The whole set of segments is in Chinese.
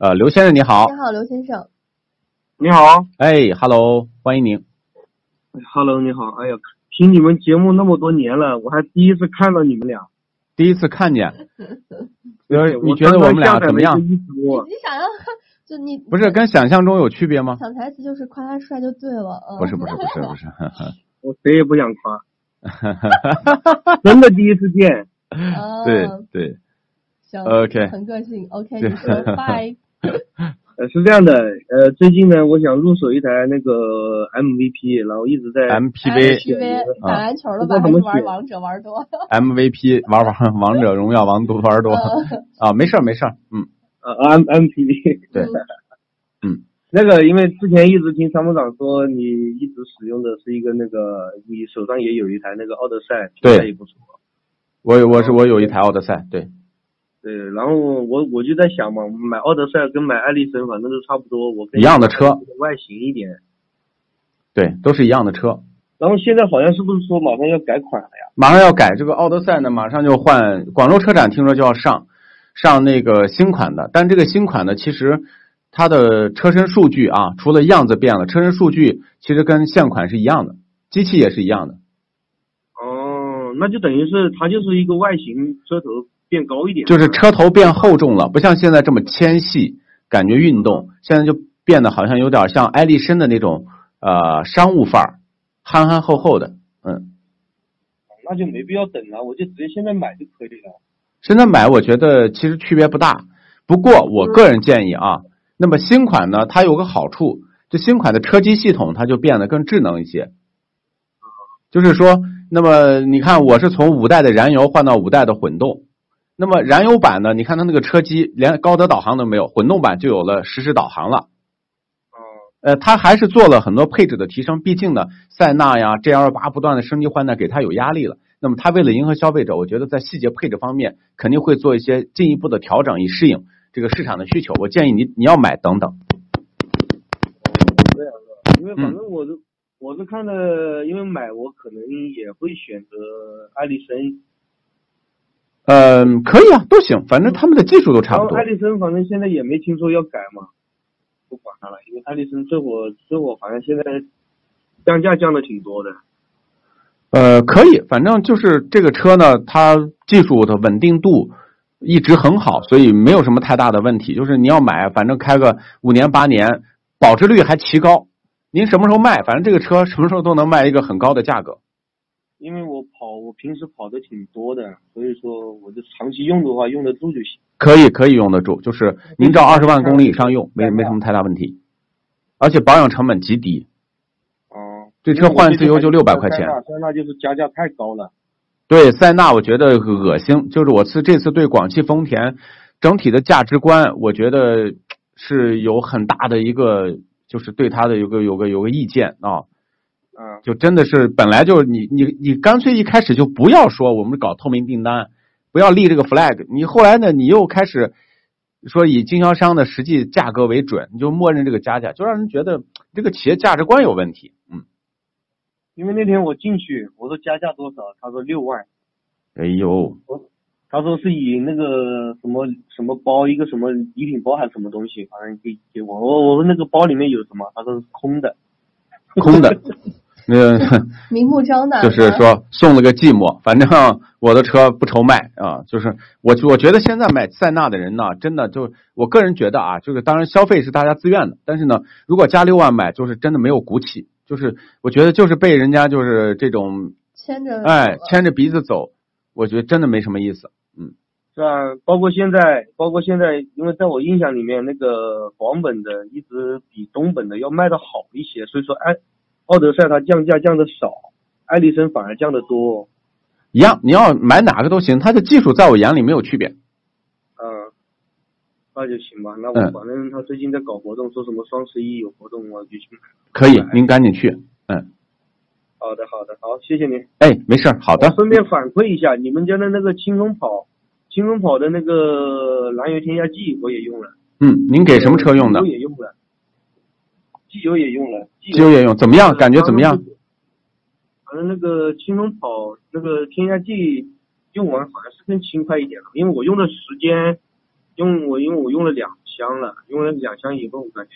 呃，刘先生你好，你好，刘先生。你好哎，Hello，欢迎您。哎，Hello，你好。哎呀，听你们节目那么多年了，我还第一次看到你们俩。哎第一次看 见，就是呃你我觉得我刚刚们俩下载怎么了一个样？衣服你想要就你不是跟想象中有区别吗？抢台词就是夸他帅就对了，嗯。不是不是不是不是，我谁也不想夸，真的第一次见。嗯 对对，行 OK 很个性。OK， 对你说拜。呃，是这样的，呃，最近呢，我想入手一台那个 MVP，然后一直在 MPV、 PV 哎打篮球了啊吧？还不知道怎是么玩写王者玩多？ MVP 玩玩王者荣耀玩多玩多嗯啊，没事儿没事儿，嗯，呃 M MVP。对嗯 那个，因为之前一直听参谋长说你一直使用的是一个那个，你手上也有一台那个奥德赛，对评价也不错。我我是我有一台奥德赛，对，对，然后我我就在想嘛，买奥德赛跟买艾力绅反正都差不多，我跟一样的车外形一点。对，都是一样的车。然后现在好像是不是说马上要改款了呀？马上要改这个奥德赛呢，马上就换广州车展，听说就要上上那个新款的。但这个新款呢，其实它的车身数据啊，除了样子变了，车身数据其实跟现款是一样的，机器也是一样的。哦，那就等于是它就是一个外形车头变高一点，就是车头变厚重了，不像现在这么纤细，感觉运动。现在就变得好像有点像艾力绅的那种呃商务范儿，憨憨厚厚的。嗯，那就没必要等了，我就直接现在买就可以了。现在买我觉得其实区别不大，不过我个人建议啊，那么新款呢，它有个好处，就新款的车机系统它就变得更智能一些。就是说，那么你看，我是从五代的燃油换到五代的混动。那么燃油版呢？你看它那个车机连高德导航都没有，混动版就有了实时导航了。哦、呃，它还是做了很多配置的提升，毕竟呢，塞纳呀、GL 八不断的升级换代，给它有压力了。那么它为了迎合消费者，我觉得在细节配置方面肯定会做一些进一步的调整，以适应这个市场的需求。我建议你你要买等等。这样的，因为嗯反正我是、我是看的，因为买我可能也会选择艾力绅，嗯、可以啊，都行，反正他们的技术都差然不后多艾。力绅反正现在也没听说要改嘛，不管它了，因为艾力绅这会这会好像现在降价降的挺多的。呃，可以，反正就是这个车呢，它技术的稳定度一直很好，所以没有什么太大的问题。就是你要买，反正开个五年八年，保值率还奇高。您什么时候卖，反正这个车什么时候都能卖一个很高的价格。因为我跑，我平时跑的挺多的，所以说我就长期用的话用得住就行。可以，可以用得住，就是您照二十万公里以上用，没没什么太大问题，而且保养成本极低。哦、这车换一次油就600块钱塞纳塞纳就是加价太高了。对塞纳，我觉得恶心。就是我次这次对广汽丰田整体的价值观，我觉得是有很大的一个，就是对它的有个有个有个意见啊。嗯，就真的是本来就是你你你干脆一开始就不要说我们搞透明订单，不要立这个 flag。你后来呢，你又开始说以经销商的实际价格为准，你就默认这个加价，就让人觉得这个企业价值观有问题。嗯，因为那天我进去，我说加价多少，他说六万，哎呦，他说是以那个什么什么包一个什么礼品包还是什么东西，反正给给我，我我说那个包里面有什么，他说是空的。空的，那、明目张胆。就是，说送了个寂寞。反正我的车不愁卖啊，就是我我觉得现在买塞纳的人呢，真的就我个人觉得啊，就是当然消费是大家自愿的，但是呢，如果加六万买，就是真的没有骨气，就是我觉得就是被人家就是这种牵着哎手牵着鼻子走，我觉得真的没什么意思。是啊，包括现在，包括现在，因为在我印象里面，那个广本的一直比东本的要卖的好一些，所以说艾奥德赛它降价降的少，艾力绅反而降的多。一样，你要买哪个都行，它的技术在我眼里没有区别。嗯、那就行吧。那我嗯反正他最近在搞活动，说什么双十一有活动，啊我就去买。可以，您赶紧去。嗯，好的，好的，好，谢谢您。哎，没事儿，好的。顺便反馈一下，你们家的那个轻松跑，轻松跑的那个燃油添加剂我也用了，嗯，您给什么车用的机？油也用了，机油也用了，机机油也用，怎么样？感觉怎么样？？反正那个轻松跑那个添加剂用完好像是更轻快一点了，因为我用的时间，用我因为我用了两箱了，用了两箱以后，感觉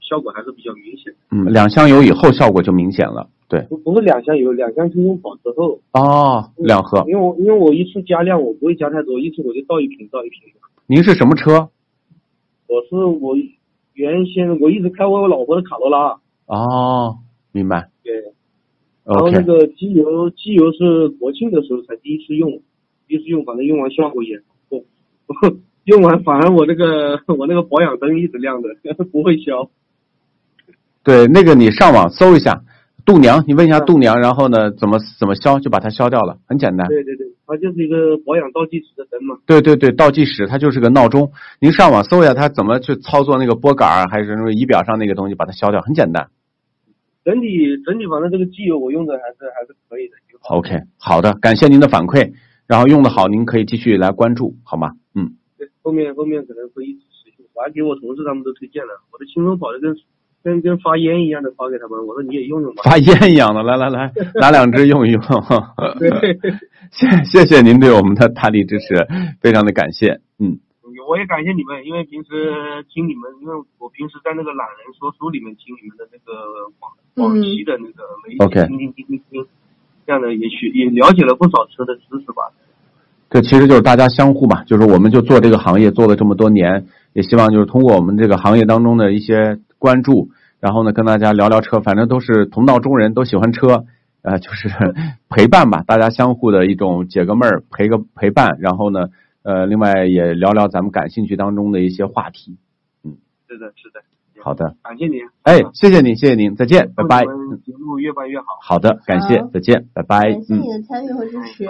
效果还是比较明显的。嗯，两箱油以后效果就明显了。对，不不是两箱油，两箱是用饱之后，哦，两盒。因为我因为我一次加量我不会加太多，一次我就倒一瓶倒一瓶。您是什么车？我是我原先我一直开我老婆的卡罗拉，哦，明白。对，然后那 OK，个机油机油是国庆的时候才第一次用，第一次用，反正用完效果也不错， 用完反正我那个我那个保养灯一直亮着， 不会消。对，那个你上网搜一下度娘，你问一下度娘，然后呢怎么怎么消就把它消掉了，很简单。对对对，它就是一个保养倒计时的灯嘛。对对对，倒计时它就是个闹钟，您上网搜一下它怎么去操作那个拨杆儿，还是那个仪表上那个东西把它消掉，很简单。整体整体反正这个机油我用的还是还是可以的，挺好。 OK，好的，感谢您的反馈，然后用的好，您可以继续来关注，好吗？ 嗯，对，后面后面可能会一直持续。我还给我同事他们都推荐了，我的轻松跑的跟跟跟发烟一样的发给他们，我说你也用用吧。发烟一样的，来来来，拿两支用一用。 对， 谢谢谢您对我们的大力支持，非常的感谢。嗯，我也感谢你们，因为平时听你们，因为我平时在那个懒人说书里面听你们的那个往往期的那个每一期 OK 听听听听听，这样的也许也了解了不少车的知识吧。这其实就是大家相互嘛，就是我们就做这个行业做了这么多年，也希望就是通过我们这个行业当中的一些关注，然后呢跟大家聊聊车，反正都是同道中人，都喜欢车，呃，就是陪伴吧，大家相互的一种解个闷儿，陪个陪伴，然后呢，呃，另外也聊聊咱们感兴趣当中的一些话题。是的，是的，好的，感谢嗯您，哎，谢谢您，谢谢您，再见，拜拜。祝你们节目越办越好。好的，感谢好，再见，拜拜感。谢嗯。你的参与和支持。